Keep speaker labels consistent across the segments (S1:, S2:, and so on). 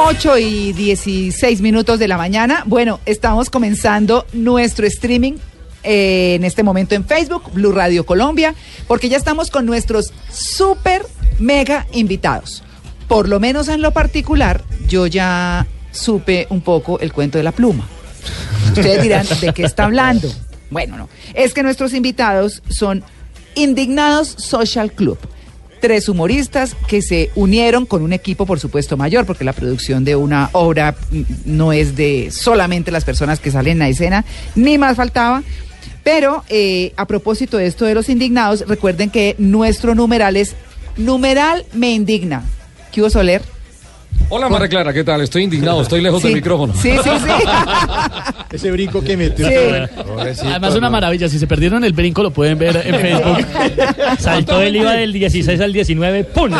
S1: 8 y 16 minutos de la mañana. Bueno, estamos comenzando nuestro streaming eh, en este momento en Facebook, Blue Radio Colombia, porque ya estamos con nuestros super mega invitados. Por lo menos en lo particular, yo ya supe un poco el cuento de la pluma. Ustedes dirán, ¿de qué está hablando? Bueno, no. Es que nuestros invitados son Indignados Social Club. Tres humoristas que se unieron con un equipo, por supuesto, mayor, porque la producción de una obra mm, no es de solamente las personas que salen a escena, ni más faltaba. Pero eh, a propósito de esto de los indignados, recuerden que nuestro numeral es numeral me indigna. ¿Qué hubo Soler?
S2: Hola Mara Clara, ¿qué tal? Estoy indignado, estoy lejos
S1: Sí.
S2: del micrófono.
S1: Sí, sí, sí.
S3: Ese brinco que metió.
S1: Sí.
S4: Además, una maravilla. Si se perdieron el brinco, lo pueden ver en Facebook. Saltó el IVA del 16 al 19. ¡Pum!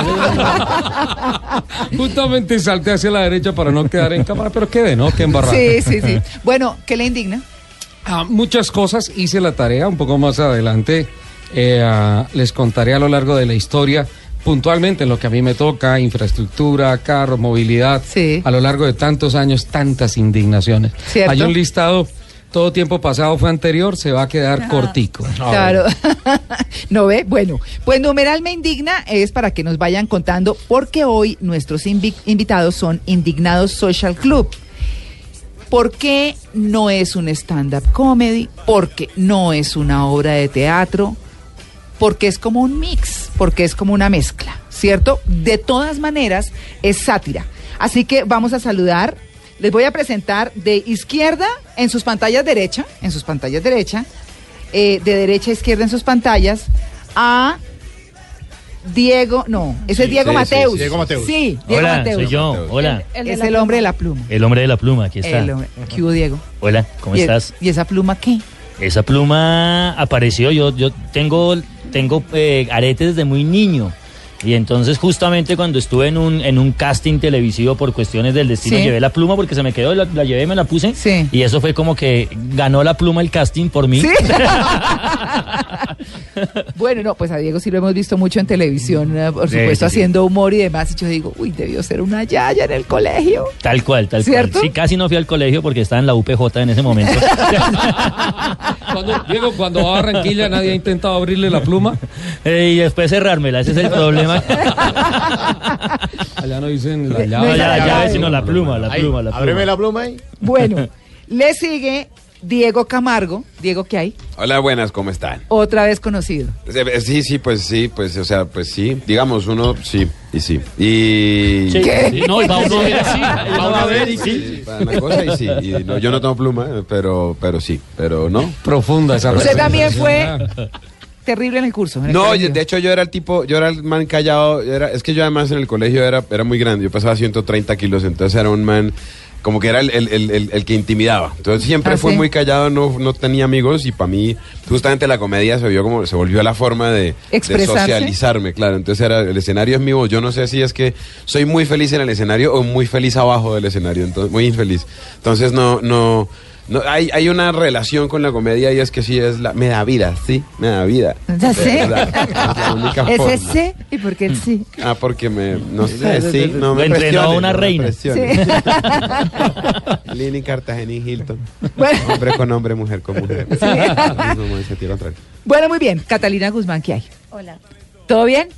S2: Justamente salté hacia la derecha para no quedar en cámara, pero quedé, ¿no? Que embarrado.
S1: Sí, sí, sí. Bueno, ¿qué le indigna?
S2: Ah, muchas cosas, hice la tarea, un poco más adelante eh, ah, les contaré a lo largo de la historia, puntualmente en lo que a mí me toca, infraestructura, carros, movilidad,
S1: Sí.
S2: a lo largo de tantos años, tantas indignaciones.
S1: Cierto.
S2: Hay un listado, todo tiempo pasado fue anterior, se va a quedar cortico.
S1: Claro. ¿No ve? Bueno, pues numeral me indigna es para que nos vayan contando porque hoy nuestros invi- invitados son Indignados Social Club. ¿Por qué no es un stand-up comedy? Porque no es una obra de teatro. Porque es como un mix, porque es como una mezcla, ¿cierto? De todas maneras, es sátira. Así que vamos a saludar. Les voy a presentar de izquierda en sus pantallas derecha, en sus pantallas derecha, eh, de derecha a izquierda en sus pantallas, a Diego, no, ese es
S3: sí,
S1: Diego
S3: sí,
S1: Mateus.
S3: sí, Diego Mateus.
S1: Sí, Diego
S4: Hola,
S1: Mateus.
S4: soy yo. Hola.
S1: Es el hombre de la pluma.
S4: El hombre de la pluma, aquí está.
S1: El hombre. ¿Qué hubo, Diego?
S4: Hola, ¿cómo
S1: ¿Y,
S4: estás?
S1: ¿Y esa pluma qué?
S4: Esa pluma apareció, yo, yo tengo, tengo eh, aretes desde muy niño. Y entonces justamente cuando estuve en un, en un casting televisivo por cuestiones del destino,
S1: Sí.
S4: llevé la pluma porque se me quedó, la, la llevé y me la puse.
S1: Sí.
S4: Y eso fue como que ganó la pluma el casting por mí.
S1: Sí. bueno, no, pues a Diego sí lo hemos visto mucho en televisión, eh, por
S4: Sí,
S1: supuesto,
S4: sí, sí.
S1: haciendo humor y demás. Y yo digo, uy, debió ser una yaya en el colegio.
S4: Tal cual, tal
S1: ¿Cierto?
S4: cual. Sí, casi no fui al colegio porque estaba en la UPJ en ese momento.
S2: Cuando, Diego, cuando va a Barranquilla nadie ha intentado abrirle la pluma.
S4: Eh, y después cerrármela, ese es el problema.
S2: Allá no dicen la
S4: No,
S2: llave.
S1: es
S4: ya,
S1: la
S4: ya,
S1: llave.
S4: sino la pluma, la
S3: Ahí,
S4: pluma, la
S3: ábreme
S4: pluma.
S3: la pluma ahí.
S1: Bueno, le sigue Diego Camargo. Diego, ¿qué hay?
S5: Hola, buenas, ¿cómo están?
S1: Otra vez conocido.
S5: Eh, eh, Sí, sí, pues sí, pues, o sea, pues sí. Digamos, uno, sí, y sí. Y...
S4: Sí,
S1: ¿Qué?
S4: sí, no, y va uno a ver así.
S3: Va uno a ver y sí.
S5: Sí, para la cosa, y sí. Y no, yo no tengo pluma, eh, pero, pero sí, pero no.
S2: Profunda esa
S1: Usted también
S2: representación.
S1: Terrible en el curso. en el
S5: No,
S1: colegio.
S5: yo- de hecho yo era el tipo, yo era el man callado, yo era, es que yo además en el colegio era, era muy grande, yo pesaba 130 kilos, entonces era un man como que era el, el- el- el- el que intimidaba. Entonces siempre
S1: Ah,
S5: fue
S1: ¿sí?
S5: muy callado, no, no tenía amigos y para mí justamente la comedia se vio como, se volvió la forma de, de
S1: Expresarse.
S5: socializarme, claro. Entonces era, el escenario es mi voz, yo no sé si es que soy muy feliz en el escenario o muy feliz abajo del escenario, entonces, muy infeliz. Entonces no, no... No, hay, hay una relación con la comedia y es que sí es la me da vida, sí, me da vida.
S1: Ya sé.
S5: Es la única forma.
S1: Ese sí, ¿y por qué el sí?
S5: Ah, porque me, no sé, sí, no me
S4: Lo entrenó
S5: presionen,
S4: una
S5: no me
S4: reina.
S5: presionen. Lini Cartagenín Hilton.
S1: Bueno.
S5: Hombre con hombre, mujer con mujer. Lo mismo, ese tiro atrás.
S1: Bueno, muy bien. Catalina Guzmán, ¿qué hay?
S6: Hola.
S1: ¿Todo bien?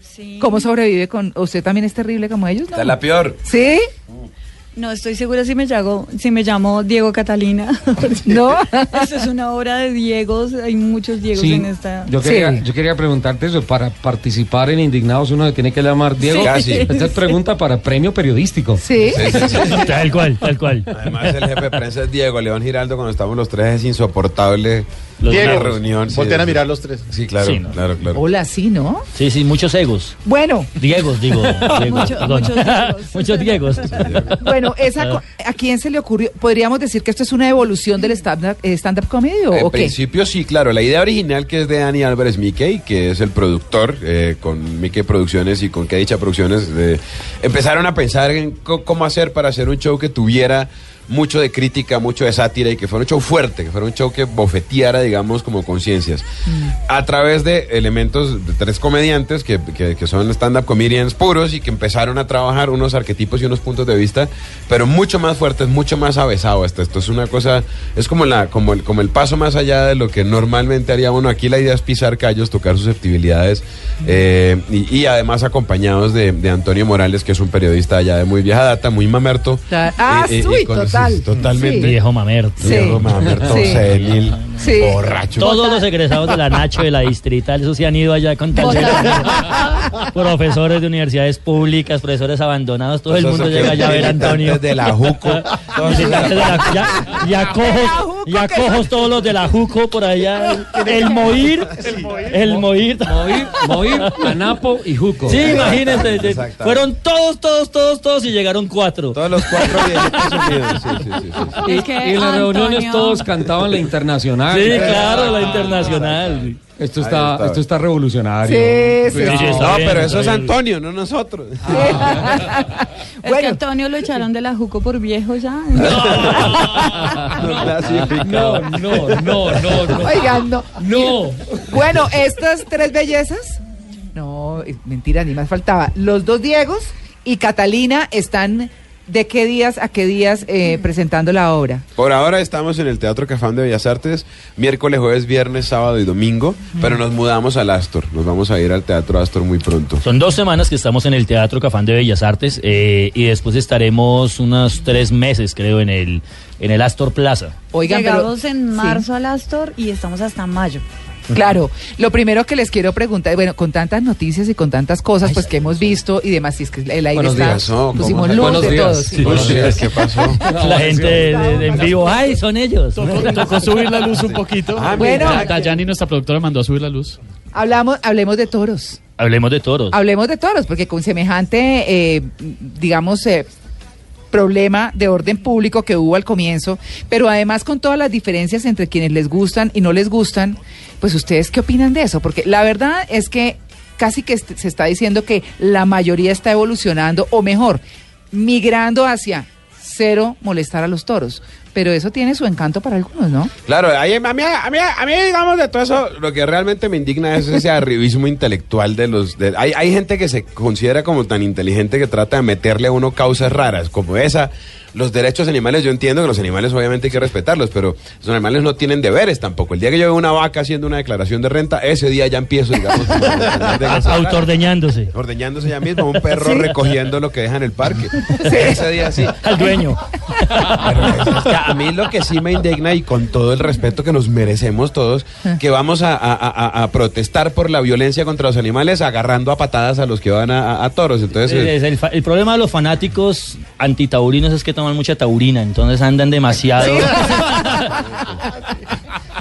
S6: Sí.
S1: ¿Cómo sobrevive con... ¿Usted también es terrible como ellos? ¿no?
S5: Esta es la peor.
S1: ¿Sí?
S6: No estoy segura si me llamo, si me llamo Diego Catalina.
S1: ¿No?
S6: Esta es una obra de Diegos, hay muchos Diegos
S2: Sí,
S6: en esta.
S2: yo, quería,
S1: Sí.
S2: yo quería preguntarte eso. Para participar en Indignados uno se tiene que llamar Diego.
S5: Sí. Casi.
S2: Esta es pregunta para premio periodístico.
S1: ¿Sí?
S5: Sí, sí, sí.
S4: Tal cual, tal cual.
S5: Además, el jefe de prensa es Diego León Giraldo. Cuando estamos los tres es insoportable
S4: Los
S5: Diego,
S4: narcos.
S5: reunión, sí,
S3: Voltean a
S5: sí.
S3: mirar los tres.
S5: Sí, claro,
S4: Sí, no.
S5: claro, claro.
S1: Hola, sí, ¿no?
S4: Sí, sí, muchos egos.
S1: Bueno,
S4: Diegos, digo. Diego,
S6: Mucho-
S4: perdón.
S6: muchos diegos.
S4: muchos diegos.
S1: bueno, esa co- ¿a quién se le ocurrió? ¿Podríamos decir que esto es una evolución del stand-up eh, stand-up comedy o,
S5: En
S1: o qué?
S5: principio sí, claro. La idea original que es de Dani Álvarez Mickey, que es el productor eh, con Mickey Producciones y con Kedicha Producciones, eh, empezaron a pensar en co- cómo hacer para hacer un show que tuviera mucho de crítica, mucho de sátira y que fuera un show fuerte, que fuera un show que bofeteara, digamos, como conciencias.
S1: Mm.
S5: A través de elementos de tres comediantes que, que- que son stand-up comedians puros y que empezaron a trabajar unos arquetipos y unos puntos de vista, pero mucho más fuertes, mucho más avesados. Esto, esto es una cosa, es como, la, como, el, como el paso más allá de lo que normalmente haría uno. Aquí la idea es pisar callos, tocar susceptibilidades eh, y, y además acompañados de, de Antonio Morales, que es un periodista allá de muy vieja data, muy mamerto.
S1: Claro. Ah,
S5: Eh, eh,
S1: sí,
S5: eh, con-
S1: total.
S5: Totalmente.
S4: Viejo mamerto.
S1: Sí.
S5: Viejo mamerto,
S1: Sí.
S5: senil,
S1: Sí.
S5: borracho.
S4: Todos los egresados de la Nacho de la Distrital, esos sí han ido allá con tal de- profesores de universidades públicas, profesores abandonados, todo el
S5: Esos
S4: mundo
S5: que
S4: llega allá a ver a Antonio.
S5: militantes De la Juco. Todos esos-
S4: Militantes de la- ya, ya cojos, ya cojos todos los de la Juco por allá. El Moir, el Moir.
S2: Moir, Moir, Anapo y Juco.
S4: Sí, imagínense. de-
S5: Exactamente.
S4: Fueron todos, todos, todos, todos y llegaron cuatro.
S5: Todos los cuatro viejitos unidos. Sí, sí, sí,
S2: Y,
S5: sí.
S6: Es que
S2: y en las
S6: Antonio-
S2: reuniones todos cantaban la internacional.
S4: Sí, claro,
S5: Ah,
S4: la internacional.
S2: Esto
S5: Ahí
S2: está,
S5: está.
S2: esto está revolucionario.
S1: Sí, sí,
S4: Cuidado.
S1: sí.
S5: No,
S4: Está bien,
S5: pero
S4: está
S5: eso es
S4: bien. Ah.
S5: Antonio, no nosotros.
S6: Es que
S1: Bueno,
S6: Antonio lo echaron de la Juco por viejo ya.
S5: No clasificado.
S2: No, no, no, no, no.
S1: oigan, no.
S2: No.
S1: Bueno, estas tres bellezas. No, eh, mentira, ni más faltaba. Los dos Diegos y Catalina están de qué días a qué días eh, presentando la obra.
S5: Por ahora estamos en el Teatro Cafán de Bellas Artes, miércoles, jueves, viernes, sábado y domingo,
S4: Mm.
S5: pero nos mudamos al Astor. Nos vamos a ir al Teatro Astor muy pronto.
S4: Son dos semanas que estamos en el Teatro Cafán de Bellas Artes eh, y después estaremos unos tres meses, creo, en el, en el Astor Plaza.
S1: Oigan, pero-
S6: Llegamos en
S1: sí.
S6: marzo al Astor y estamos hasta mayo.
S1: Claro, lo primero que les quiero preguntar, bueno, con tantas noticias y con tantas cosas pues que hemos visto y demás, y es que el aire
S2: Buenos
S1: está,
S5: días, ¿no? ¿Cómo
S1: pusimos
S5: están?
S1: luz
S2: Buenos
S1: de
S2: días.
S1: todos.
S2: Sí.
S5: Buenos días, ¿qué pasó?
S4: la gente de- de- de en vivo, ¡ay, son ellos!
S7: Tocó subir la luz un poquito.
S5: Ah,
S1: Bueno,
S7: Da- Dayani, nuestra productora, mandó a subir la luz.
S1: hablamos, hablemos de toros,
S4: Hablemos de toros. Ah,
S1: hablemos de toros, porque con semejante, eh, digamos, eh, problema de orden público que hubo al comienzo, pero además con todas las diferencias entre quienes les gustan y no les gustan, pues ustedes qué opinan de eso, porque la verdad es que casi que est- se está diciendo que la mayoría está evolucionando, o mejor, migrando hacia cero molestar a los toros, pero eso tiene su encanto para algunos, ¿no?
S5: Claro, ahí a, mí, a, mí, a mí, digamos, de todo eso, lo que realmente me indigna es ese arribismo intelectual de los... de- hay, hay gente que se considera como tan inteligente que trata de meterle a uno causas raras, como esa. Los derechos animales, yo entiendo que los animales obviamente hay que respetarlos, pero los animales no tienen deberes tampoco. El día que yo veo una vaca haciendo una declaración de renta, ese día ya empiezo, digamos, como a tener de causas raras.
S4: Autordeñándose.
S5: Ordeñándose ya mismo, un perro recogiendo lo que deja en el parque. Ese día sí.
S4: Al dueño.
S5: Pero es que a mí lo que sí me indigna y con todo el respeto que nos merecemos todos, que vamos a, a- a- a protestar por la violencia contra los animales agarrando a patadas a los que van a, a- a toros. Entonces, eh,
S4: Es el, fa- el problema de los fanáticos antitaurinos es que toman mucha taurina, entonces andan demasiado.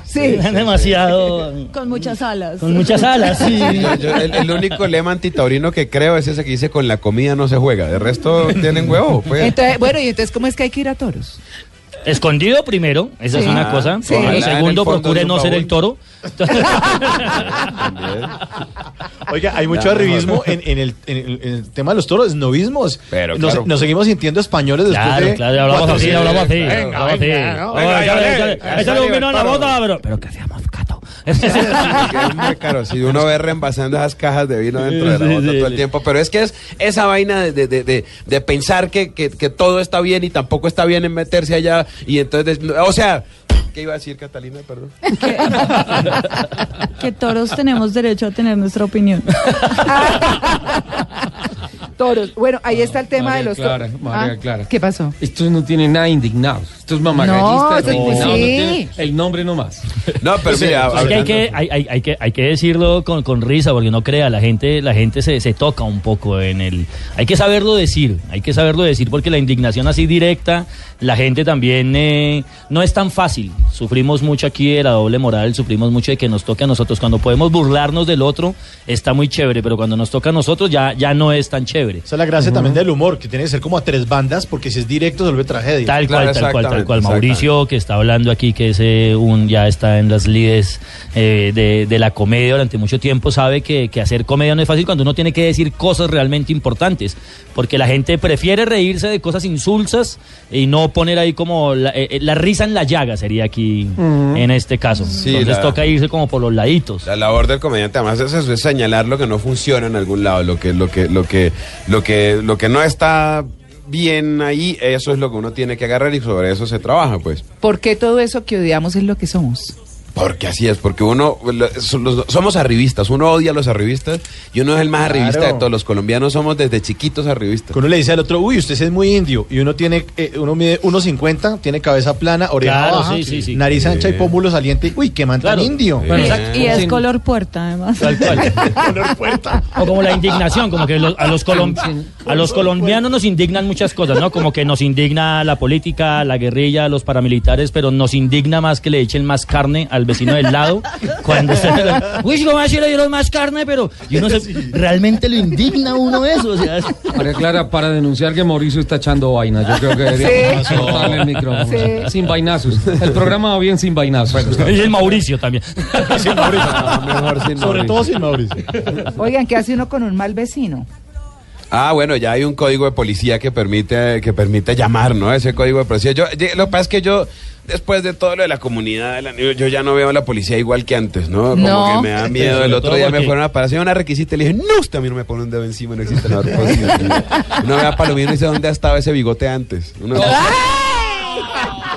S1: Sí.
S4: andan demasiado.
S6: Con muchas alas.
S4: Con muchas alas, sí.
S5: yo- yo- el, el único lema antitaurino que creo es ese que dice con la comida no se juega. De resto tienen huevo. Pues.
S1: Entonces, bueno, y entonces, ¿cómo es que hay que ir a toros?
S4: Escondido primero, esa es
S1: Sí.
S4: una
S5: Ah,
S4: cosa.
S5: sí.
S4: Lo
S5: Ojalá en
S4: Segundo,
S5: el fondo
S4: procure
S5: de un
S4: no ser
S5: baúl.
S4: el toro.
S5: También.
S3: Oiga, hay mucho
S5: Ya,
S3: arribismo
S5: mejor.
S3: en, en el, en el- en el tema de los toros, novismos.
S5: Pero,
S3: nos,
S5: claro.
S3: nos seguimos sintiendo españoles después
S4: Claro,
S3: de
S4: claro, hablamos así,
S3: 400.
S4: hablamos así.
S5: Venga,
S4: hablamos así.
S5: venga, ¿no? Venga,
S4: Oye,
S5: ya
S4: échale,
S5: ven,
S4: échale,
S5: ya
S4: échale un
S5: salió el
S4: vino en la
S5: toro.
S4: bota, pero. Pero que sea moscato.
S5: Sí, que es muy caro. Si uno ve reembasando esas cajas de vino dentro de la bota todo el tiempo, pero es que es esa vaina de, de- de- de- de pensar que, que- que todo está bien y tampoco está bien en meterse allá. Y entonces, no, o sea, ¿qué iba a decir Catalina? Perdón.
S6: Que, que todos tenemos derecho a tener nuestra opinión.
S1: Toros. Bueno, ahí
S4: Ah,
S1: está el tema
S2: María
S1: de los
S2: Clara,
S1: toros.
S2: María
S1: Ah,
S2: Clara.
S1: ¿Qué pasó?
S2: Estos no tienen nada indignados. Estos
S1: No,
S2: mamagallistas
S1: esto es-
S2: indignados,
S1: sí.
S2: tienen el nombre nomás.
S5: No, pero mira,
S4: Es que hay,
S5: hablando-
S4: que, hay, hay- hay que, hay que decirlo con, con risa, porque no crea, la gente, la gente se, se toca un poco en el... Hay que saberlo decir, hay que saberlo decir, porque la indignación así directa, la gente también eh, no es tan fácil. Sufrimos mucho aquí de la doble moral, sufrimos mucho de que nos toque a nosotros. Cuando podemos burlarnos del otro, está muy chévere, pero cuando nos toca a nosotros ya, ya no es tan chévere.
S3: Esa es la gracia también del humor, que tiene que ser como a tres bandas, porque si es directo se vuelve tragedia.
S4: Tal cual, tal cual, tal cual. Mauricio, que está hablando aquí, que es eh, un, ya está en las lides eh, de, de la comedia durante mucho tiempo, sabe que, que hacer comedia no es fácil cuando uno tiene que decir cosas realmente importantes, porque la gente prefiere reírse de cosas insulsas y no poner ahí como la, eh, eh, la risa en la llaga sería aquí
S5: Ujú.
S4: en este caso.
S5: Sí,
S4: Entonces
S5: la-
S4: toca irse como por los laditos.
S5: La labor del comediante además es eso, es señalar lo que no funciona en algún lado, lo que, lo que, lo que, lo que, lo que no está bien ahí, eso es lo que uno tiene que agarrar y sobre eso se trabaja, pues.
S1: ¿Por qué todo eso que odiamos es lo que somos?
S5: Porque así es, porque uno, lo- so- los- somos arribistas, uno odia a los arribistas y uno es el más arribista de
S3: Claro.
S5: todos. Los colombianos somos desde chiquitos arribistas.
S3: Que uno le dice al otro, uy, usted sí es muy indio. Y uno tiene, eh, uno mide 1.50, tiene cabeza plana, oreja
S4: Claro,
S3: baja,
S4: sí, sí, sí.
S3: nariz
S4: Sí.
S3: ancha y pómulo saliente. Uy, qué man tan
S4: Claro.
S3: indio.
S4: Bueno,
S6: Y-
S4: exacto.
S6: y es
S4: Sí.
S6: color puerta, además.
S4: O como la indignación, como que los- a, los colom- a los colombianos nos indignan muchas cosas, ¿no? Como que nos indigna la política, la guerrilla, los paramilitares, pero nos indigna más que le echen más carne al vecino del lado. Cuando usted se lo- Uy, si lo va a decir, le dieron más carne, pero y uno se- realmente lo indigna a uno eso. O sea, es-
S2: María Clara, para denunciar que Mauricio está echando vaina, yo creo que debería
S4: Sí.
S2: soltarle el micrófono.
S4: Sí.
S2: Sin vainazos. El programa va bien sin vainazos.
S4: y el Mauricio también.
S5: Sobre
S2: todo
S3: sin Mauricio.
S1: Oigan, ¿qué hace uno con un mal vecino?
S5: Ah, bueno, ya hay un código de policía que permite, que permite llamar, ¿no? Ese código de policía. Yo, ye- lo que pasa es que yo, después de todo lo de la comunidad, de la- yo ya no veo a la policía igual que antes, ¿no? Como
S8: No.
S5: que me da
S8: Pero
S5: miedo.
S8: sobre
S5: El otro
S8: todo
S5: día me
S8: porque-
S5: fueron a parar, hacían una requisita y le dije, no, usted a mí no me pone un dedo encima, no existe nada. Una vez a Palomino dice, ¿dónde ha estado ese bigote antes? Uno-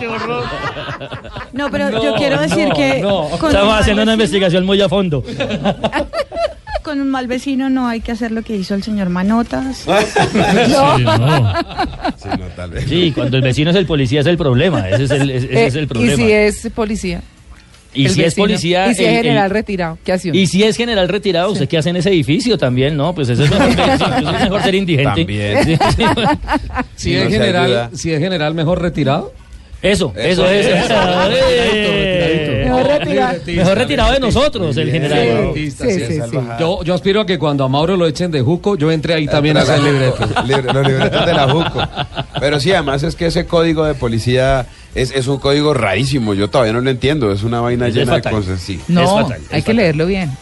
S6: ¡Qué horror! No, pero yo quiero decir que con, un
S4: Estamos
S6: mal,
S4: haciendo una investigación muy a fondo.
S6: con un mal vecino no hay que hacer lo que hizo el señor Manotas.
S4: Sí, no. Sí, cuando el vecino es el policía es el problema. Ese es el, ese es
S1: Eh,
S4: el problema.
S1: ¿Y si es policía?
S4: Y
S1: El
S4: si es
S1: vecino.
S4: policía.
S1: ¿Y si
S4: el-
S1: es
S4: el-
S1: general retirado? ¿Qué hace uno?
S4: Y si es general retirado, ¿usted qué hace en ese edificio también? No, pues eso es mejor, que- eso es mejor ser indigente.
S5: También.
S4: Sí, sí.
S2: Si es general, si es general, mejor retirado.
S4: Eso, eso,
S2: Eso,
S4: es.
S2: eso.
S4: eso. Eh,
S2: Retiradito, retiradito.
S4: Mejor retirado de nosotros, el general.
S2: Yo, yo aspiro a que cuando a Mauro lo echen de Juco, yo entre ahí también a
S5: Entra
S2: hacer
S5: la-
S2: libreto.
S5: libre- los libretos de la Juco. Pero sí, además es que ese código de policía es, es un código rarísimo. Yo todavía no lo entiendo. Es una vaina
S4: Es
S5: llena de
S4: fatal.
S5: cosas. Sí.
S1: No,
S4: es fatal, es
S1: hay que leerlo bien.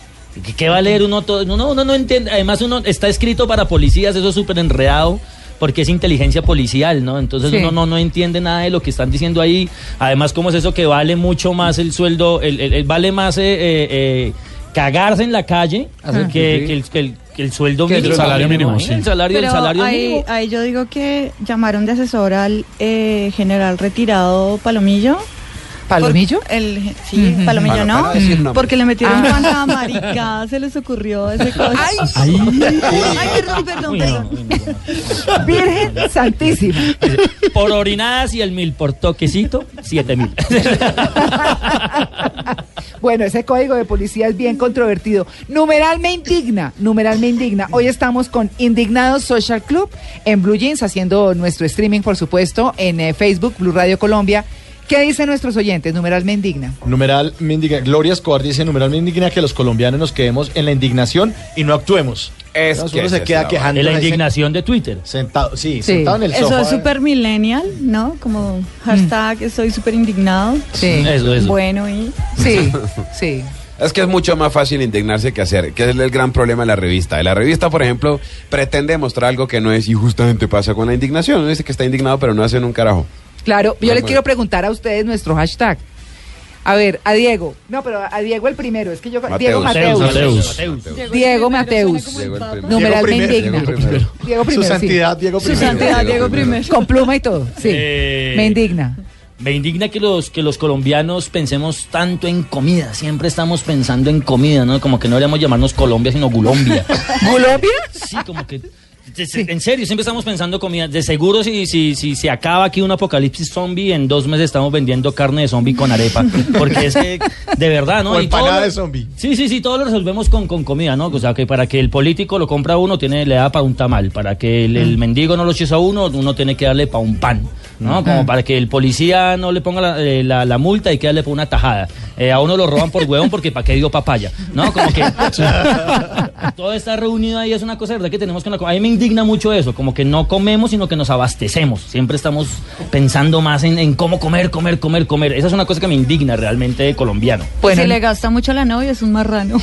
S4: ¿Qué- ¿Qué va a leer uno todo? No, no, uno no entiende. Además, uno está escrito para policías, eso es súper enredado. Porque es inteligencia policial, ¿no? Entonces
S1: Sí.
S4: uno no, no entiende nada de lo que están diciendo ahí. Además, ¿cómo es eso que vale mucho más el sueldo? El, el- el vale más eh, eh, eh, cagarse en la calle
S7: Hacer
S4: que,
S7: pipí.
S4: que el, que el- que el sueldo
S7: Que el
S4: mínimo.
S7: salario mínimo,
S4: ¿no?
S7: sí.
S4: El salario, el
S6: Pero
S4: salario
S6: ahí,
S4: mínimo.
S6: ahí yo digo que llamaron de asesor al eh, general retirado Palomillo.
S1: ¿Palomillo?
S6: Por- el, sí, Palomillo
S1: Bueno,
S6: no. Mm,
S1: para decir nombres.
S6: Porque le metieron
S1: Ah.
S6: cuánta maricada se les ocurrió ese cosa. ¡Ay! ¡Ay, perdón, perdón, perdón!
S1: Virgen Santísima.
S4: Eh, Por orinadas y el mil, por toquecito, siete mil.
S1: Bueno, ese código de policía es bien controvertido. Numeral me indigna, numeral me indigna. Hoy estamos con Indignados Social Club en Blue Jeans, haciendo nuestro streaming, por supuesto, en eh, Facebook, Blue Radio Colombia. ¿Qué dicen nuestros oyentes? Numeral me indigna.
S3: Numeral me indigna. Gloria Escobar dice, numeral me indigna que los colombianos nos quedemos en la indignación y no actuemos.
S5: Es
S3: Entonces
S5: que
S3: uno
S5: esa
S3: se
S5: es
S3: queda
S5: la
S3: quejando.
S4: En la indignación de Twitter.
S3: Sentado, sí, sentado en el
S6: Eso
S3: sofá.
S6: es súper millennial, ¿no? Como
S1: Mm.
S6: hashtag, estoy súper indignado.
S5: Sí.
S4: Mm.
S5: Eso, eso.
S6: Bueno, y...
S1: Sí, sí.
S5: Es que es mucho más fácil indignarse que hacer, que es el gran problema de la revista. La revista, por ejemplo, pretende mostrar algo que no es y justamente pasa con la indignación. Uno dice que está indignado, pero no hacen un carajo.
S1: Claro, yo
S5: Ah,
S1: les
S5: bueno.
S1: quiero preguntar a ustedes nuestro hashtag. A ver, a Diego. No, pero a Diego el primero. Es que yo.
S5: Mateus.
S1: Diego Mateus.
S5: Mateus, Mateus.
S1: Diego Mateus.
S5: Diego el primero.
S1: Numeral me
S5: Diego
S1: indigna.
S5: primero. Diego primero.
S1: Diego primero.
S5: Su santidad, Diego
S1: Su
S5: primero.
S1: santidad,
S5: Diego
S1: Diego
S5: primero.
S1: primero. Con pluma y todo. Sí.
S4: Eh,
S1: Me indigna.
S4: Me indigna que los, que los colombianos pensemos tanto en comida. Siempre estamos pensando en comida, ¿no? Como que no deberíamos llamarnos Colombia, sino Colombia.
S1: ¿Colombia?
S4: Sí, como que. de- de- En serio, siempre estamos pensando comida. De seguro, si, si, si se acaba aquí un apocalipsis zombie, en dos meses estamos vendiendo carne de zombie con arepa. Porque es que, de verdad, ¿no?
S3: O
S4: Y todo
S3: empanada
S4: lo-
S3: de zombie.
S4: Sí, sí, sí, todo lo resolvemos con, con comida, ¿no? O sea, que para que el político lo compra a uno, tiene, le da para un tamal. Para que el, el mendigo no lo eches a uno, uno tiene que darle para un pan. ¿no? Como para que el policía no le ponga la, eh, la- la multa y que le ponga una tajada. Eh, a uno lo roban por huevón porque para qué dio papaya, ¿no? Como que todo está reunido ahí, es una cosa de verdad que tenemos que... no comer. A mí me indigna mucho eso, como que no comemos, sino que nos abastecemos. Siempre estamos pensando más en, en cómo comer, comer, comer, comer. Esa es una cosa que me indigna realmente de colombiano.
S6: Pues si le gasta mucho a la novia es un marrano.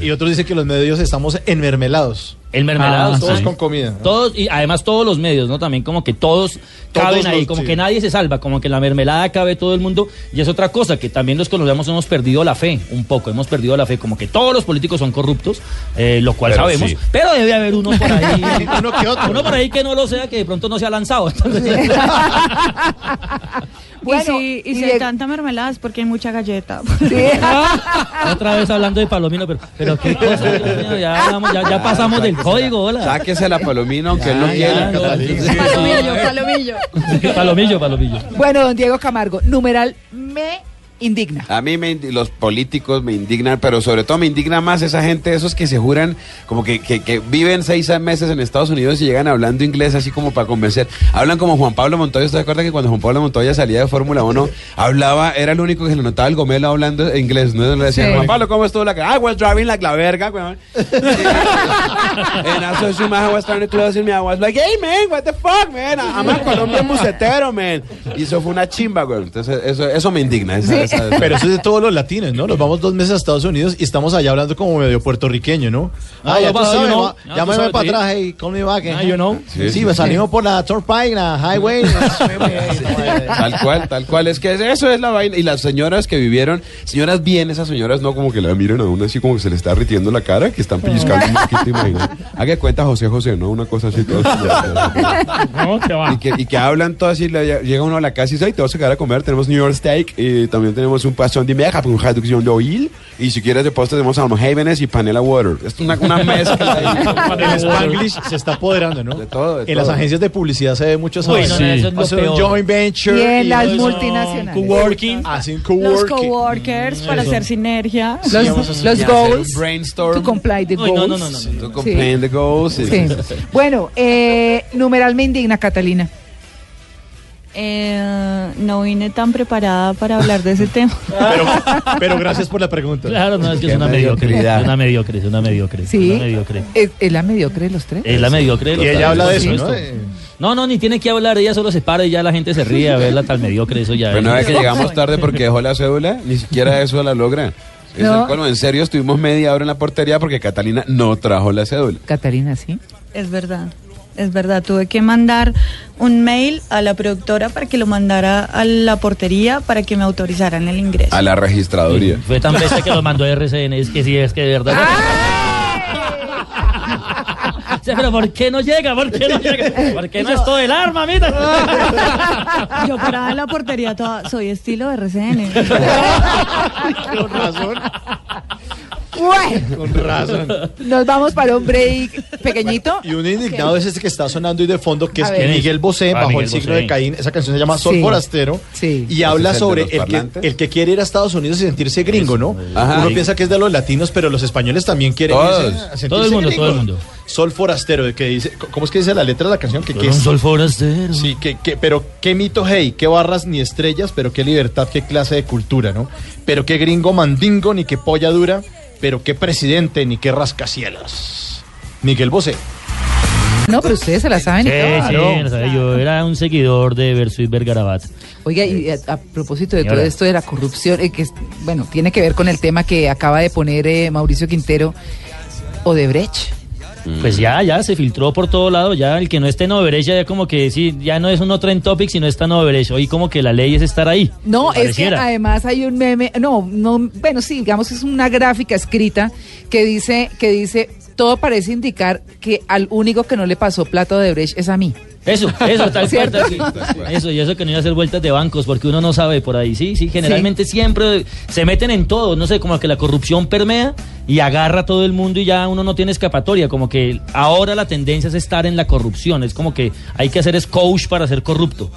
S3: Y otros dicen que los medios estamos enmermelados.
S4: El mermelado.
S3: Ah, todos con comida.
S4: Todos, y además todos los medios, ¿no? También como que todos caben ahí,
S3: los-
S4: como
S3: sí.
S4: que nadie se salva, como que en la mermelada cabe todo el mundo. Y es otra cosa, que también los colombianos hemos perdido la fe, un poco, hemos perdido la fe, como que todos los políticos son corruptos, eh, lo cual
S8: Pero
S4: sabemos,
S8: sí.
S4: pero debe haber uno por ahí, uno
S3: que otro.
S4: por ahí que no lo sea, que de pronto no se ha lanzado. Entonces,
S6: y si, y si hay tanta mermelada es porque hay mucha galleta.
S4: Otra vez hablando de Palomino, pero, pero qué cosa, Dios mío, ya, hablamos, ya, ya pasamos del código, hola.
S5: Sáquese la palomina aunque él no
S4: Ya,
S5: quiera.
S4: ya,
S1: Palomillo, palomillo.
S4: Palomillo, palomillo.
S1: Bueno, don Diego Camargo, numeral me indigna.
S5: A mí me indi- los políticos me indignan, pero sobre todo me indigna más esa gente, esos que se juran como que, que- que viven seis meses en Estados Unidos y llegan hablando inglés así como para convencer. Hablan como Juan Pablo Montoya. ¿Usted se acuerda que cuando Juan Pablo Montoya salía de Fórmula 1 hablaba, era el único que se le notaba el gomelo hablando inglés? ¿no? Le decían,
S8: Sí.
S5: Juan Pablo, ¿cómo estuvo la ca-?" I was driving like la verga, weón. And I saw some man who was trying to close me. I was like, hey, man, what the fuck, man? I'm a Colombian bucetero, man. Y eso fue una chimba, weón. Entonces, eso, eso me indigna. esa- esa- esa-
S3: Pero eso es de todos los latinos, ¿no? Nos vamos dos meses a Estados Unidos y estamos allá hablando como medio puertorriqueño, ¿no?
S8: Ah,
S3: Ah, ya
S8: lo
S3: tú
S8: vas a
S3: sabes,
S8: ver,
S3: ¿no?
S8: ¿no? Ah, tú
S3: Llámame
S8: sabes,
S3: para
S8: sí.
S3: atrás, hey, call me back.
S8: Ah,
S3: eh.
S8: you know.
S3: Sí,
S5: Sí, sí,
S3: me
S5: sí.
S3: salimos por la Turnpike, la Highway.
S5: Tal cual, tal cual. Es que eso es la vaina. Y las señoras que vivieron, señoras bien, esas señoras no como que la miran a uno así como que se le está ritiendo la cara, que están pellizcando un poquito, imagínate. Haga de cuenta José José, ¿no? Una cosa así. todo Y, que, y que hablan todas y le- llega uno a la casa y dice, ay, te vas a quedar a comer, tenemos New York Steak, y también tenemos un pasón de meja, un reducción de oil, y si quieres de postre tenemos almohavenes y panela water. Es una, una mezcla.
S3: El Spanglish se está apoderando, ¿no? De
S5: todo,
S3: en las agencias de publicidad se ve mucho esa
S8: Uy,
S3: vaina.
S8: no, no, eso es lo
S3: Hacer un
S8: peor.
S3: joint venture.
S6: Y en las
S3: todo eso.
S6: multinacionales.
S3: Coworking. Hacen
S6: Los
S3: coworking.
S6: coworkers para hacer sinergia.
S3: Los- vamos a hacer- los
S5: Y hacer un
S1: goals.
S5: Brainstorm.
S1: comply the
S5: Uy, no,
S1: goals.
S5: no, no, no, no, no. To comply the goals, sí,
S1: Sí.
S5: sí, sí, sí.
S1: Bueno, eh, numeral me indigna, Catalina.
S6: Eh, no vine tan preparada para hablar de ese tema.
S3: Pero gracias por la pregunta.
S4: Claro, no, es que
S3: Qué
S4: es una mediocre,
S3: mediocridad.
S4: una mediocre, una mediocre,
S1: Sí.
S4: una mediocre.
S1: ¿Es, es la mediocre de los tres?
S4: Es la mediocre.
S3: Y ella habla de eso,
S4: Por
S3: ¿no?
S4: supuesto. No, no, ni tiene que hablar, ella solo se para y ya la gente se ríe a verla tan mediocre, eso ya.
S5: Pero no
S4: es.
S5: vea que llegamos tarde porque dejó la cédula, ni siquiera eso la logra. Es
S1: No.
S5: el colmo. En serio, estuvimos media hora en la portería porque Catalina no trajo la cédula.
S1: Catalina, sí.
S6: Es verdad, es verdad. Tuve que mandar un mail a la productora para que lo mandara a la portería para que me autorizaran el ingreso.
S5: A la registraduría.
S4: Fue tan bestia que lo mandó RCN, es que sí, es que de verdad. O sea, Pero ¿por qué no llega? ¿Por qué no llega? ¿Por qué no es todo el arma, mira?
S6: Yo paraba en la portería toda, soy estilo RCN.
S3: Con razón.
S1: Bueno,
S3: Con razón.
S1: nos vamos para un break pequeñito.
S3: Y un indignado es este que está sonando y de fondo, que
S1: A
S3: es
S1: ver.
S3: Miguel Bosé,
S4: Ah,
S3: bajo
S4: Miguel
S3: el signo
S4: Bosé.
S3: de Caín. Esa canción se llama Sol
S1: Sí.
S3: Forastero. Y habla
S5: Ese es el
S3: sobre
S5: de los
S3: el que,
S5: parlantes.
S3: el que quiere ir a Estados Unidos y sentirse gringo, ¿no?
S5: Ajá.
S3: Uno piensa que es de los latinos, pero los españoles también quieren
S5: Todos.
S3: irse a sentirse
S4: Todo el mundo,
S3: gringos.
S4: todo el mundo.
S3: Sol Forastero, de que dice, ¿cómo es que dice la letra de la canción? Que, que
S4: un
S3: es-
S4: sol forastero.
S3: Sí, que, que- pero qué mito, hey, qué barras ni estrellas, pero qué libertad, qué clase de cultura, ¿no? Pero qué gringo mandingo, ni qué polla dura, pero qué presidente, ni qué rascacielos. Miguel Bosé.
S1: No, pero ustedes se la saben.
S4: Sí,
S1: y todo.
S4: sí, o sea, yo era un seguidor de Versuit Vergarabat.
S1: Oiga, y a, a propósito de todo
S4: Señora.
S1: esto de la corrupción, eh, que es- bueno, tiene que ver con el tema que acaba de poner eh, Mauricio Quintero, Odebrecht.
S4: Pues ya, ya se filtró por todo lado, ya el que no esté en Overage ya como que sí, ya no es un otro en topic, sino está en Overage. Hoy como que la ley es estar ahí.
S1: No, es que
S4: Pareciera.
S1: además hay un meme, no, no, bueno, sí, digamos que es una gráfica escrita que dice, que dice, todo parece indicar que al único que no le pasó plata de Brecht es a mí.
S4: Eso, eso, tal cual,
S1: ¿Cierto?
S4: tal cual. Eso, y eso que no iba a hacer vueltas de bancos, porque uno no sabe por ahí, sí, sí, generalmente siempre se meten en todo, no sé, como que la corrupción permea y agarra a todo el mundo y ya uno no tiene escapatoria, como que ahora la tendencia es estar en la corrupción, es como que hay que hacer es coach para ser corrupto.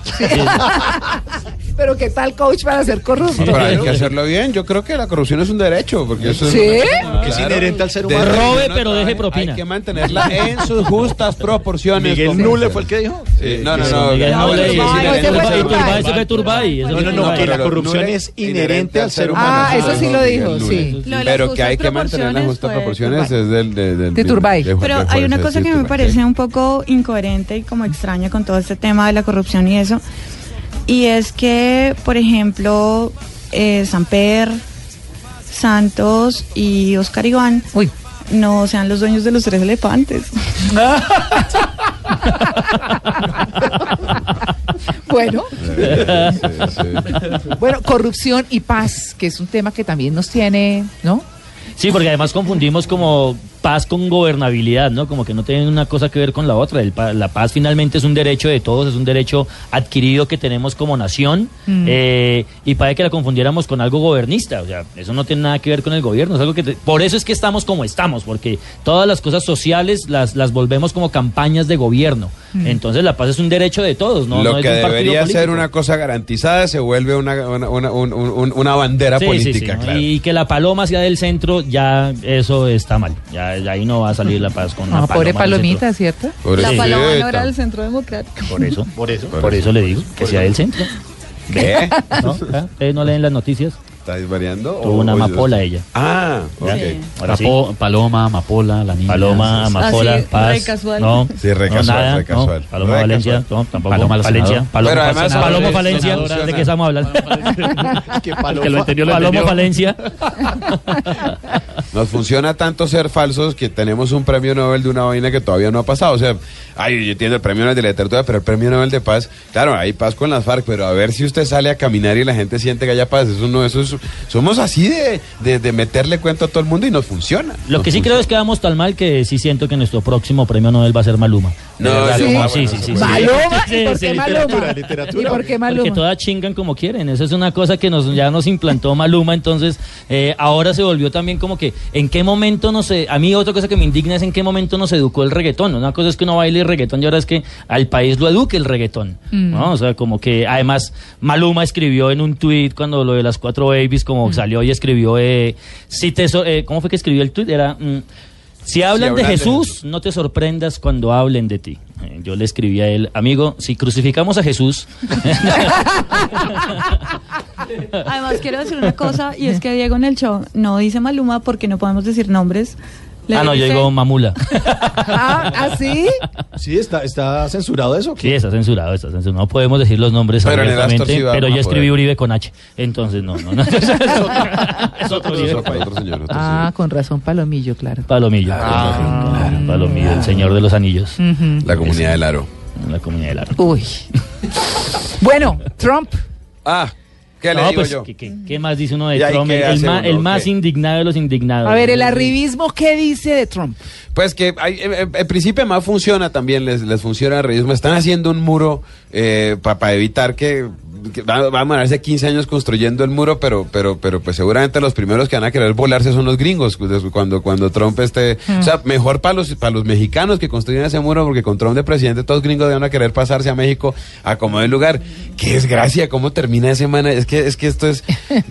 S1: Pero qué tal coach para ser corrupto.
S5: Pero hay que hacerlo bien. Yo creo que la corrupción es un derecho. Porque eso es
S1: ¿Sí?
S5: Claro.
S3: Que es inherente al ser humano.
S5: De-
S4: Robe,
S5: no
S4: pero
S5: trae,
S4: deje propina.
S5: Hay que mantenerla en sus justas proporciones.
S3: Miguel
S5: Como-
S3: Nule fue el que dijo.
S5: Eh, no, no,
S4: Eso,
S5: no.
S4: Miguel,
S5: no,
S4: no
S5: no,
S4: le
S5: sí,
S4: dice,
S5: sí,
S4: Miguel,
S5: sí,
S4: ese fue Turbay, ese
S5: sí, sí, sí.
S4: fue Turbay, ese fue
S5: No, no, no,
S4: Turbay.
S5: que la
S4: Pero
S5: corrupción es inherente al ser humano.
S1: Ah, eso sí lo dijo,
S5: Miguel
S1: sí.
S5: Lunes.
S6: Lo de las
S5: Pero que hay
S6: justas
S5: que mantener las justas
S6: proporciones
S5: proporciones
S6: fue
S5: es del... del- del-
S1: De Turbay.
S5: de Juan
S6: Pero
S5: de
S6: hay una
S5: Fuerza,
S6: cosa
S5: sí,
S6: que me
S5: Turbay.
S6: parece un poco incoherente y como extraña con todo este tema de la corrupción y eso. Y es que, por ejemplo, eh, Samper, Santos y Oscar Iván no sean los dueños de los tres elefantes.
S1: Bueno.
S5: sí,
S1: Bueno, corrupción y paz, que es un tema que también nos tiene, ¿no?
S4: Sí, porque además confundimos como paz con gobernabilidad, ¿no? Como que no tienen una cosa que ver con la otra. El pa- la paz finalmente es un derecho de todos, es un derecho adquirido que tenemos como nación
S8: Mm.
S4: eh, y para que la confundiéramos con algo gobernista. O sea, eso no tiene nada que ver con el gobierno. Es algo que te- por eso es que estamos como estamos, porque todas las cosas sociales las, las volvemos como campañas de gobierno.
S5: Mm.
S4: Entonces la paz es un derecho de todos, ¿no?
S5: Lo
S4: No es
S5: que
S4: de un partido
S5: debería ser
S4: político.
S5: una cosa garantizada se vuelve una, una, una- un- un- una bandera
S4: Sí, sí,
S5: política,
S4: sí, ¿no?
S5: claro.
S4: Y que la paloma sea del centro, ya eso está mal. Ya, ya ahí no va a salir la paz con una
S1: Ah, pobre
S4: paloma del
S1: palomita, ¿cierto?
S4: Pobre-
S6: La
S4: Sí.
S6: paloma no
S4: Eta.
S6: era del centro democrático.
S4: centro. Por eso, por eso, por eso le digo que sea del centro.
S5: ¿Qué?
S4: ¿No? ¿Ah? ¿Ustedes no leen las noticias?
S5: ¿Eh? ¿Estáis variando?
S4: Tuvo una
S5: O- o-
S4: amapola ella.
S5: Ah, ok.
S4: Ahora sí.
S7: Papo- Paloma, Amapola, la niña.
S4: Paloma,
S7: Sí, sí.
S4: amapola,
S7: Así,
S4: paz.
S7: re casual.
S4: No,
S7: Sí, re
S4: no,
S7: casual,
S4: nada,
S7: re casual.
S4: no. Paloma
S7: Re
S4: Valencia,
S7: casual.
S4: no, tampoco.
S7: Paloma la
S4: Valencia,
S7: senadora.
S4: Paloma,
S7: Pero además
S4: Paloma
S7: senadora,
S4: Valencia,
S7: senadora.
S4: ¿de qué estamos hablando?
S7: Paloma. Que lo entendió, lo
S4: Paloma
S7: entendió.
S4: Valencia.
S5: Nos funciona tanto ser falsos que tenemos un premio Nobel de una vaina que todavía no ha pasado. O sea, ay, yo entiendo el premio Nobel de literatura, pero el premio Nobel de paz, claro, hay paz con las FARC, pero a ver si usted sale a caminar y la gente siente que haya paz. Eso no, eso es- somos así de, de- de meterle cuento a todo el mundo y nos funciona.
S4: Lo que sí creo es que vamos tan mal que sí siento que nuestro próximo premio Nobel va a ser Maluma. De
S5: No,
S4: verdad,
S5: sí.
S4: como-
S5: Ah,
S4: sí,
S5: bueno,
S4: sí,
S5: eso
S4: sí,
S5: puede
S4: sí.
S5: ser.
S1: Paloma, ¿y
S5: Sí,
S1: por
S5: sí,
S1: qué Maluma?
S5: literatura,
S1: ¿Y por qué
S4: Porque
S1: Maluma?
S4: todas chingan como quieren. Esa es una cosa que nos, ya nos implantó Maluma. Entonces, eh, ahora se volvió también como que, ¿en qué momento no sé? A mí, otra cosa que me indigna es en qué momento nos educó el reggaetón. Una cosa es que uno baile el reggaetón y ahora es que al país lo eduque el reggaetón.
S8: Mm.
S4: ¿no? O sea, como que, además, Maluma escribió en un tweet cuando lo de las cuatro babies, como salió y escribió, eh, si te so- eh, ¿cómo fue que escribió el tweet? Era. mm, si hablan,
S8: hablan
S4: de,
S8: de
S4: Jesús, no te sorprendas cuando hablen de ti. Eh, Yo le escribí a él, amigo, si crucificamos a Jesús,
S6: Además, quiero decir una cosa, y es que Diego en el show no dice Maluma porque no podemos decir nombres. Le
S4: ah, no, yo
S6: dice-
S4: digo mamula.
S1: Ah, ¿ah, sí?
S4: Sí, está, está censurado eso. Sí, está censurado, está censurado. No podemos decir los nombres
S5: Pero en el
S4: abiertamente,
S5: Astor sí va-
S4: pero
S5: va
S4: yo
S5: a
S4: escribí
S5: poder.
S4: Uribe con H. Entonces, no, no, no. Es otro
S5: Otro país, otro señor,
S4: pues
S5: otro señor.
S1: Ah, con razón, Palomillo, claro.
S4: Palomillo.
S5: Ah.
S4: claro, Palomillo, el señor de los anillos.
S1: Ujú.
S5: La comunidad del aro.
S4: La comunidad del aro.
S1: Uy. Bueno, Trump.
S5: Ah, ¿qué le
S4: No,
S5: digo
S4: pues,
S5: yo?
S4: ¿qué, qué, qué más dice uno de
S5: Ya, ¿y
S4: Trump?
S5: qué
S4: El, el
S5: hace
S4: ma-
S5: uno?
S4: el
S5: ¿Qué?
S4: más indignado de los indignados.
S1: A ver, el arribismo, ¿qué dice de Trump?
S5: Pues que hay, eh, eh, en principio más funciona también, les, les funciona el realismo. Están haciendo un muro para evitar que, que va, va a mandarse 15 años construyendo el muro, pero, pero, pero pues seguramente los primeros que van a querer volarse son los gringos cu- cuando, cuando Trump esté... O sea, mejor para los, para los mexicanos que construyan ese muro, porque con Trump de presidente todos los gringos van a querer pasarse a México a como de lugar. Qué desgracia, cómo termina de semana. Es que, es que esto es...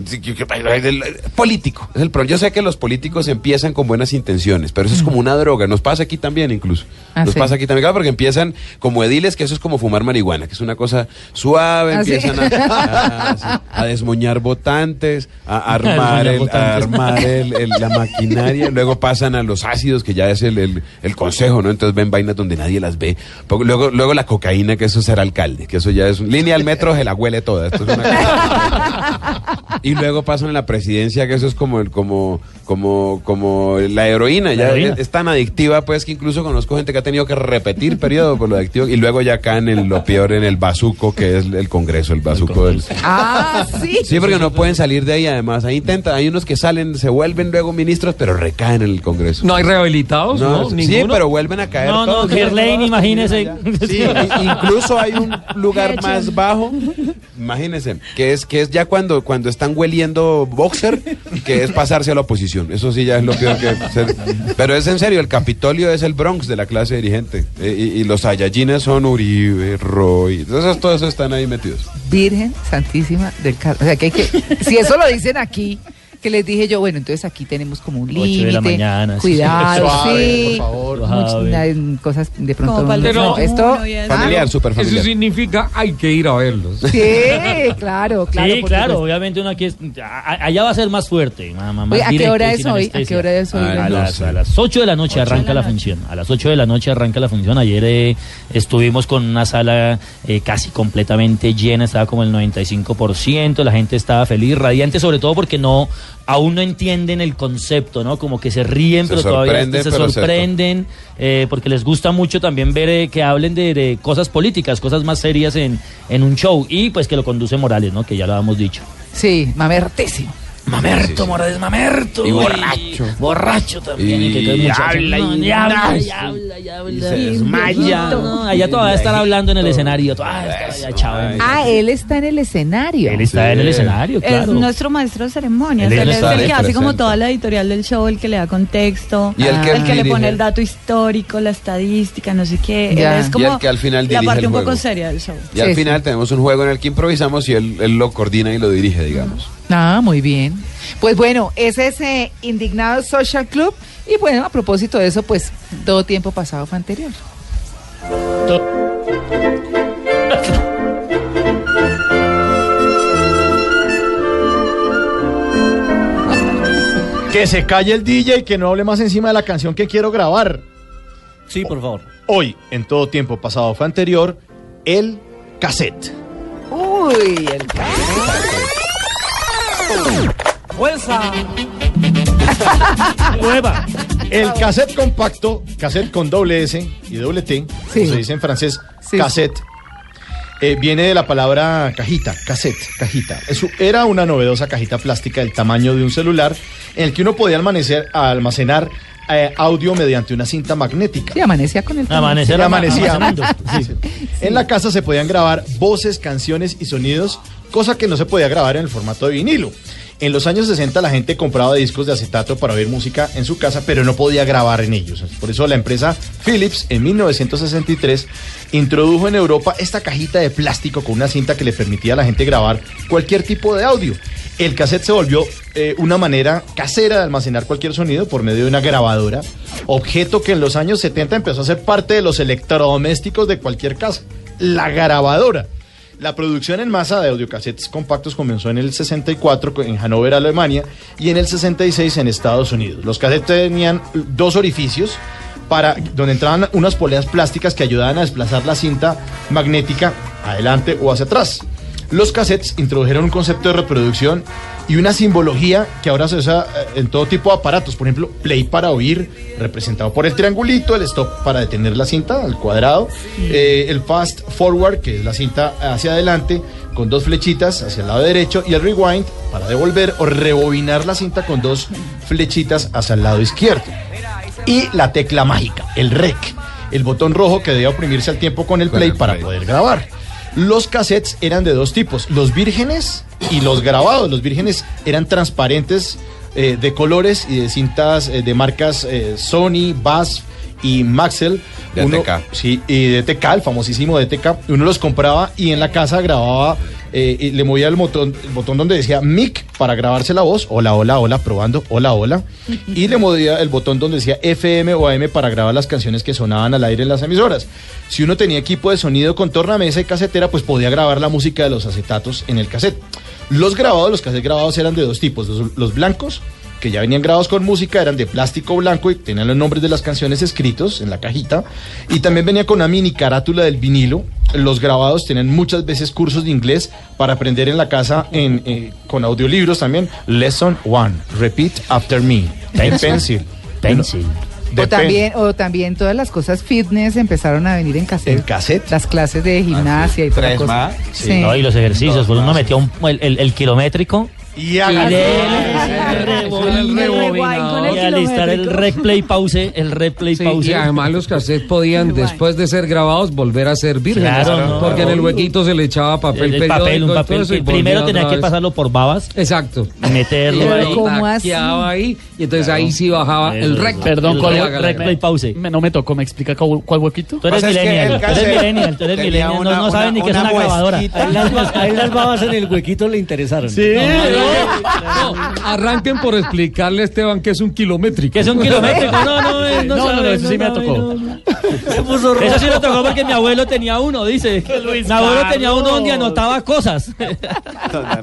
S5: Sí, que- que- el- el- político. Es el pro- Yo sé que los políticos empiezan con buenas intenciones, pero eso es como una droga. Nos pasa aquí también incluso.
S1: Ah,
S5: Nos
S1: sí.
S5: pasa aquí también, claro, porque empiezan como ediles, que eso es como fumar marihuana, que es una cosa suave,
S1: Ah, sí.
S5: empiezan a, a- sí, a desmoñar votantes, a armar,
S8: desmoñar
S5: el- a
S8: votantes.
S5: armar el- el- la maquinaria, luego pasan a los ácidos, que ya es el, el- el consejo, ¿no? Entonces ven vainas donde nadie las ve. Poco- Luego, luego la cocaína, que eso es ser alcalde, que eso ya es un- línea al metro, se la huele toda. Esto es una y luego pasan a la presidencia, que eso es como el, como, como, como la heroína, ya
S4: heroína.
S5: es tan adictiva pues que incluso conozco gente que ha tenido que repetir periodo por lo adictivo y luego ya caen en lo peor en el bazuco que es el congreso, el bazuco del
S1: Ah, sí.
S5: Sí, porque no pueden salir de ahí además, ahí intentan, hay unos que salen, se vuelven luego ministros, pero recaen en el congreso.
S2: No hay rehabilitados, ¿no?
S5: No, sí,
S2: Ninguno.
S5: pero vuelven a caer
S4: No, no,
S5: todos.
S4: Gerlain, imagínese.
S5: Sí, i- incluso hay un lugar más bajo, imagínense, que es que es ya cuando cuando están hueliendo boxer, que es pasarse a la oposición. Eso sí ya es lo peor que ser- Pero es en serio, el Capitolio es el Bronx de la clase dirigente Eh, y, y los Saiyajines son Uribe, Roy, entonces todos están ahí metidos.
S1: Virgen Santísima del Carmen. O sea, que, hay que si eso lo dicen aquí, que les dije yo, bueno, entonces aquí tenemos como un
S4: Ocho de la
S1: límite,
S4: mañana, sí.
S1: cuidado,
S4: Suave,
S1: sí,
S4: por favor.
S1: muchas-
S4: Suave.
S1: na- cosas de pronto,
S4: Como para el
S1: no,
S4: desayuno
S1: esto, ah,
S4: y eso.
S9: Familiar, súper
S2: Eso
S9: familiar.
S2: significa hay que ir a verlos.
S1: sí, claro, claro,
S4: sí,
S1: por
S4: claro,
S1: supuesto.
S4: obviamente uno aquí es, a- a- allá va a ser más fuerte. ma- ma- más
S1: Oye, ¿a qué
S4: directo,
S1: hora es
S4: sin
S1: hoy? ¿A qué
S4: anestesia.
S1: hora es hoy,
S4: A,
S1: Blanca?
S4: las, a las 8 de la noche arranca la, función. A las 8 de la noche arranca la función. Ayer eh, estuvimos con una sala eh, casi completamente llena, estaba como el 95%, la gente estaba feliz, radiante, sobre todo porque no aún no entienden el concepto, ¿no? Como que se ríen,
S9: Se
S4: pero todavía este,
S9: sorprenden,
S4: se
S9: pero es cierto.
S4: sorprenden, eh, porque les gusta mucho también ver eh, que hablen de, de cosas políticas, cosas más serias en, en un show. Y pues que lo conduce Morales, ¿no? Que ya lo habíamos dicho.
S1: sí, mamertísimo.
S4: Mamerto, Morales, mamerto.
S1: Y
S4: uy,
S1: borracho.
S4: Borracho también.
S1: Y
S4: que cae el
S1: habla,
S4: muchacho, no,
S1: y
S4: y habla,
S1: nace,
S4: y habla, y habla.
S1: se desmaya.
S4: No, no, allá todavía estar hablando en el escenario. Ah, ya, chao.
S1: Ah, él está en el escenario.
S4: Él está en el escenario,
S6: Es
S4: claro.
S6: nuestro maestro de ceremonias.
S4: Él
S6: Él
S4: es
S6: es
S4: el
S6: el que hace
S4: presente.
S6: como toda la editorial del show, el que le da contexto,
S9: Y el que
S6: le
S9: dirige.
S6: pone el dato histórico, la estadística, no sé qué. Él
S9: Ya.
S6: es
S9: Y
S6: como
S9: el que al final
S6: la
S9: dirige
S6: parte
S9: el
S6: un poco
S9: juego.
S6: seria del show.
S9: Y al final tenemos un juego en el que improvisamos y él, él lo coordina y lo dirige, digamos.
S1: Ah, muy bien. Pues bueno, ese es eh, Indignado Social Club. Y bueno, a propósito de eso, pues todo tiempo pasado fue anterior.
S5: Que se calle el DJ y que no hable más encima de la canción que quiero grabar.
S4: Sí, por favor.
S5: Hoy, en todo tiempo pasado fue anterior, el cassette.
S1: Uy, el
S4: ¡Fuerza!
S5: ¡Nueva! El cassette compacto, cassette con doble S y doble T, como se dice en francés, cassette, eh, viene de la palabra cajita, cassette, cajita. Eso era una novedosa cajita plástica del tamaño de un celular en el que uno podía amanecer, almacenar eh, audio mediante una cinta magnética.
S1: Sí, amanecía con el
S5: Amanecer, amanecía.
S1: amaneciendo.
S5: En la casa se podían grabar voces, canciones y sonidos, cosa que no se podía grabar en el formato de vinilo. En los años 60 la gente compraba discos de acetato para oír música en su casa, pero no podía grabar en ellos. Por eso la empresa Philips en 1963 introdujo en Europa esta cajita de plástico con una cinta que le permitía a la gente grabar cualquier tipo de audio. El cassette se volvió eh, una manera casera de almacenar cualquier sonido por medio de una grabadora, objeto que en los años 70 empezó a ser parte de los electrodomésticos de cualquier casa, la grabadora. La producción en masa de audiocassettes compactos comenzó en el 64 co- en Hannover, Alemania, y en el 66 en Estados Unidos. Los cassettes tenían eh, dos orificios para donde entraban unas poleas plásticas que ayudaban a desplazar la cinta magnética adelante o hacia atrás. Los cassettes introdujeron un concepto de reproducción y una simbología que ahora se usa eh, en todo tipo de aparatos. Por ejemplo, play para oír, representado por el triangulito, el stop para detener la cinta, al cuadrado, eh, el fast forward, que es la cinta hacia adelante, con dos flechitas hacia el lado derecho, y el rewind para devolver o rebobinar la cinta con dos flechitas hacia el lado izquierdo y la tecla mágica, el REC, el botón rojo que debe oprimirse al tiempo con el play para poder grabar. Los cassettes eran de dos tipos, los vírgenes y los grabados. Los vírgenes eran transparentes eh, de colores y de cintas eh, de marcas eh, Sony, Bass y Maxell.
S9: De
S5: Uno-
S9: ATK.
S5: Sí, y DTK, el famosísimo DTK. Uno los compraba y en la casa grababa, eh, y le movía el botón, el botón donde decía mic para grabarse la voz, hola, hola, hola, probando, hola, hola. Y le movía el botón donde decía FM o AM para grabar las canciones que sonaban al aire en las emisoras. Si uno tenía equipo de sonido con tornamesa y casetera, pues podía grabar la música de los acetatos en el cassette. Los grabados, los cassettes grabados eran de dos
S4: Pues
S5: tipos, los- los blancos que ya venían grabados con música, eran de plástico blanco y tenían los nombres de las canciones escritos en la cajita. Y también venía con una mini carátula del vinilo. Los grabados tenían muchas veces cursos de inglés para aprender en la casa en, eh, con audiolibros también. Lesson one, repeat after me. De pencil. Pencil.
S1: O también, o también todas las cosas fitness empezaron a venir en cassette. En
S5: cassette.
S1: Las clases de gimnasia y todas
S4: Tres
S1: las cosas.
S4: Sí. No, y los ejercicios, pues uno metió un- el, el- el kilométrico.
S5: Y
S4: dele,
S1: hágale.
S4: rebobine, rebobine,
S2: rebobinador.
S4: Y alistar el replay pause, el replay
S2: Sí,
S4: pause.
S2: y además los cassettes podían, después de ser grabados, volver a ser vírgenes.
S4: Claro, no.
S2: porque en el huequito se le echaba papel
S4: El papel, un
S2: periódico y
S4: papel
S2: todo eso, y
S4: que primero
S2: volvía
S4: tenía
S2: otra
S4: que
S2: vez.
S4: pasarlo por babas.
S2: Exacto.
S4: Meterlo ahí. Ah,
S2: ¿Cómo ahí. Y entonces ahí sí bajaba el rec.
S7: Perdón,
S2: el
S7: ¿cuál
S2: rec-
S7: hue-
S2: rec-
S7: me- me- no me tocó, ¿me explica cuál, cuál huequito?
S4: Tú eres millennial, tú eres millennial, tú eres millennial, no, no saben ni qué es una grabadora.
S8: Ahí las, ba- ahí las babas en el huequito le interesaron.
S2: Sí. No, Ah, arranquen por explicarle a Esteban que es un kilométrico. Que
S4: es un kilométrico, no, no, eh,
S7: No,
S4: no
S7: no, no,
S4: sabe,
S7: eso sí
S4: no
S7: me
S4: sabe,
S7: tocó.
S4: Eso sí lo tocó porque mi abuelo tenía uno, dice. Mi abuelo
S7: Carlos.
S4: tenía uno donde anotaba cosas.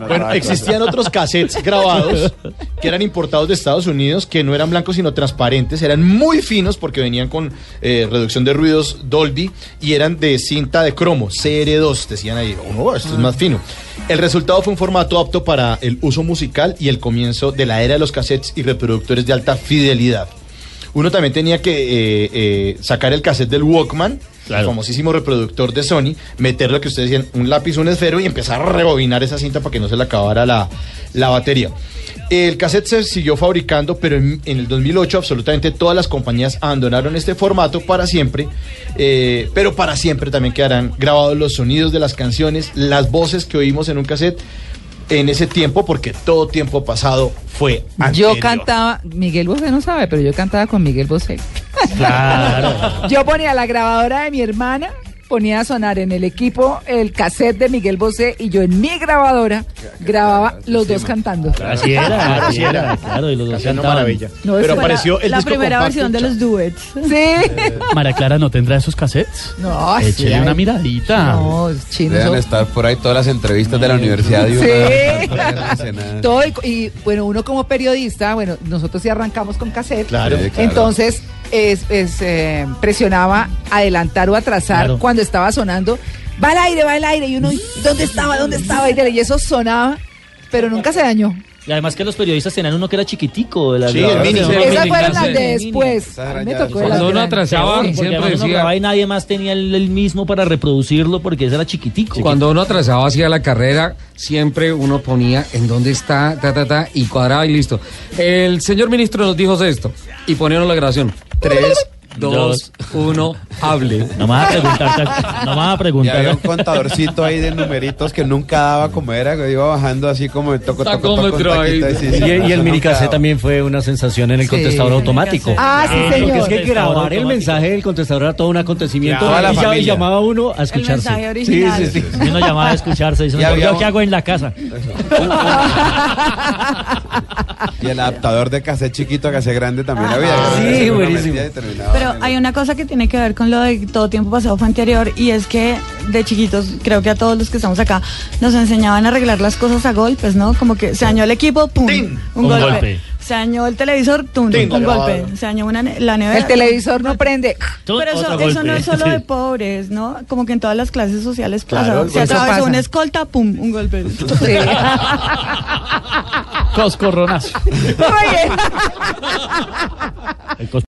S3: Bueno, existían otros cassettes grabados que eran importados de Estados Unidos, que no eran blancos sino transparentes, eran muy finos porque venían con eh, reducción de ruidos Dolby y eran de cinta de cromo, CR2, decían ahí, oh, no, esto es más fino. El resultado fue un formato apto para el uso musical y el comienzo de la era de los cassettes y reproductores de alta fidelidad. Uno también tenía que eh, eh, sacar el cassette del Walkman, el famosísimo reproductor de Sony, meter lo que ustedes decían, un lápiz, un esfero y empezar a rebobinar esa cinta para que no se le acabara la, la batería. Eh, El cassette se siguió fabricando, pero en, en el 2008 absolutamente todas las compañías abandonaron este formato para siempre, eh, pero para siempre también quedarán grabados los sonidos de las canciones, las voces que oímos en un cassette en ese tiempo, porque todo tiempo pasado fue anterior.
S1: Yo cantaba, Miguel Bosé no sabe, pero yo cantaba con Miguel Bosé. Yo ponía la grabadora de mi hermana, ponía a sonar en el equipo el cassette de Miguel Bosé y yo en mi grabadora grababa los dos cantando.
S4: Así era, así era, claro, y los dos
S3: Haciendo
S4: cantaban.
S3: maravilla.
S1: No,
S3: pero
S1: eso-
S3: apareció el
S6: la
S3: disco
S6: primera
S3: compacto,
S6: versión de los duets.
S1: Sí.
S7: María Clara no tendrá esos cassettes.
S1: No,
S7: Échele
S5: sí.
S7: una miradita.
S1: Ah, No, chinos.
S5: Deben estar por ahí todas las entrevistas de la universidad. y una-
S1: Sí.
S5: una escena.
S1: Todo y, y, bueno, uno como periodista, bueno, nosotros sí arrancamos con cassette.
S5: Claro. Sí, claro.
S1: Entonces, es, es, eh, presionaba adelantar o atrasar
S5: Claro.
S1: cuando estaba sonando. Va al aire, va al aire. Y uno,
S3: Mm.
S1: ¿dónde estaba? ¿Dónde estaba? Y y eso sonaba, pero nunca se dañó.
S4: Y además que los periodistas tenían uno que era chiquitico. de la
S3: Sí, el
S4: grabadora.
S3: mini.
S1: Esas fueron las de después. A mí me tocó las
S4: Cuando uno
S1: grandes.
S4: atrasaba,
S2: Sí.
S4: siempre
S2: Porque uno
S4: decía-
S2: grababa
S4: y nadie más tenía el, mismo para reproducirlo porque ese era chiquitico.
S2: Cuando uno atrasaba hacia la carrera, siempre uno ponía en dónde está, ta, ta, ta, y cuadraba y listo. El señor ministro nos dijo esto, y ponieron la grabación. Tres, dos, uno, hable.
S4: No me vas a preguntar, no me vas a
S5: Y había un
S4: preguntar.
S5: contadorcito ahí de numeritos que nunca daba como era, que iba bajando así como de toco, toco, toco, un
S8: Tacómetro ahí.
S5: taquito, sí,
S8: Y,
S5: sí,
S8: y
S5: eso
S8: el mini
S5: nunca
S8: cassette
S5: daba.
S8: también fue una sensación en el
S5: Sí.
S8: contestador automático.
S5: Ah, sí, señor.
S8: Porque es que hay que
S5: Contestador
S8: grabar el
S5: automático.
S8: mensaje del contestador era todo un acontecimiento.
S5: Claro. Toda la
S8: y, ya- y
S5: familia.
S8: llamaba uno a escucharse.
S6: mensaje
S8: Sí,
S6: original.
S8: sí, sí.
S4: Yo no llamaba a escucharse. dice,
S8: Y
S4: "Yo,
S8: había
S4: ¿Yo
S8: un-
S4: qué hago en la casa?
S5: Y el adaptador de cassette chiquito a cassette grande también había.
S8: sí,
S5: Uno metía
S8: buenísimo.
S5: y terminaba.
S6: Pero hay una cosa que tiene que ver con lo de todo tiempo pasado fue anterior y es que de chiquitos, creo que a todos los que estamos acá, nos enseñaban a arreglar las cosas a golpes, ¿no? Como que se dañó el equipo, ¡pum! Un,
S1: Un
S6: golpe.
S1: golpe.
S6: Se dañó el televisor, ¡tum!
S1: Tin,
S6: un
S1: la
S6: golpe.
S1: grabadora.
S6: Se dañó una, ne- la nevera.
S1: El televisor no prende.
S6: Pero eso, eso no es solo de pobres, ¿no? Como que en todas las clases sociales pasa.
S1: Claro, el
S6: se
S1: golpe.
S6: atravesó
S1: Eso
S6: una
S1: pasa.
S6: escolta, ¡pum! Un golpe.
S8: Coscorronazo.
S1: Oye.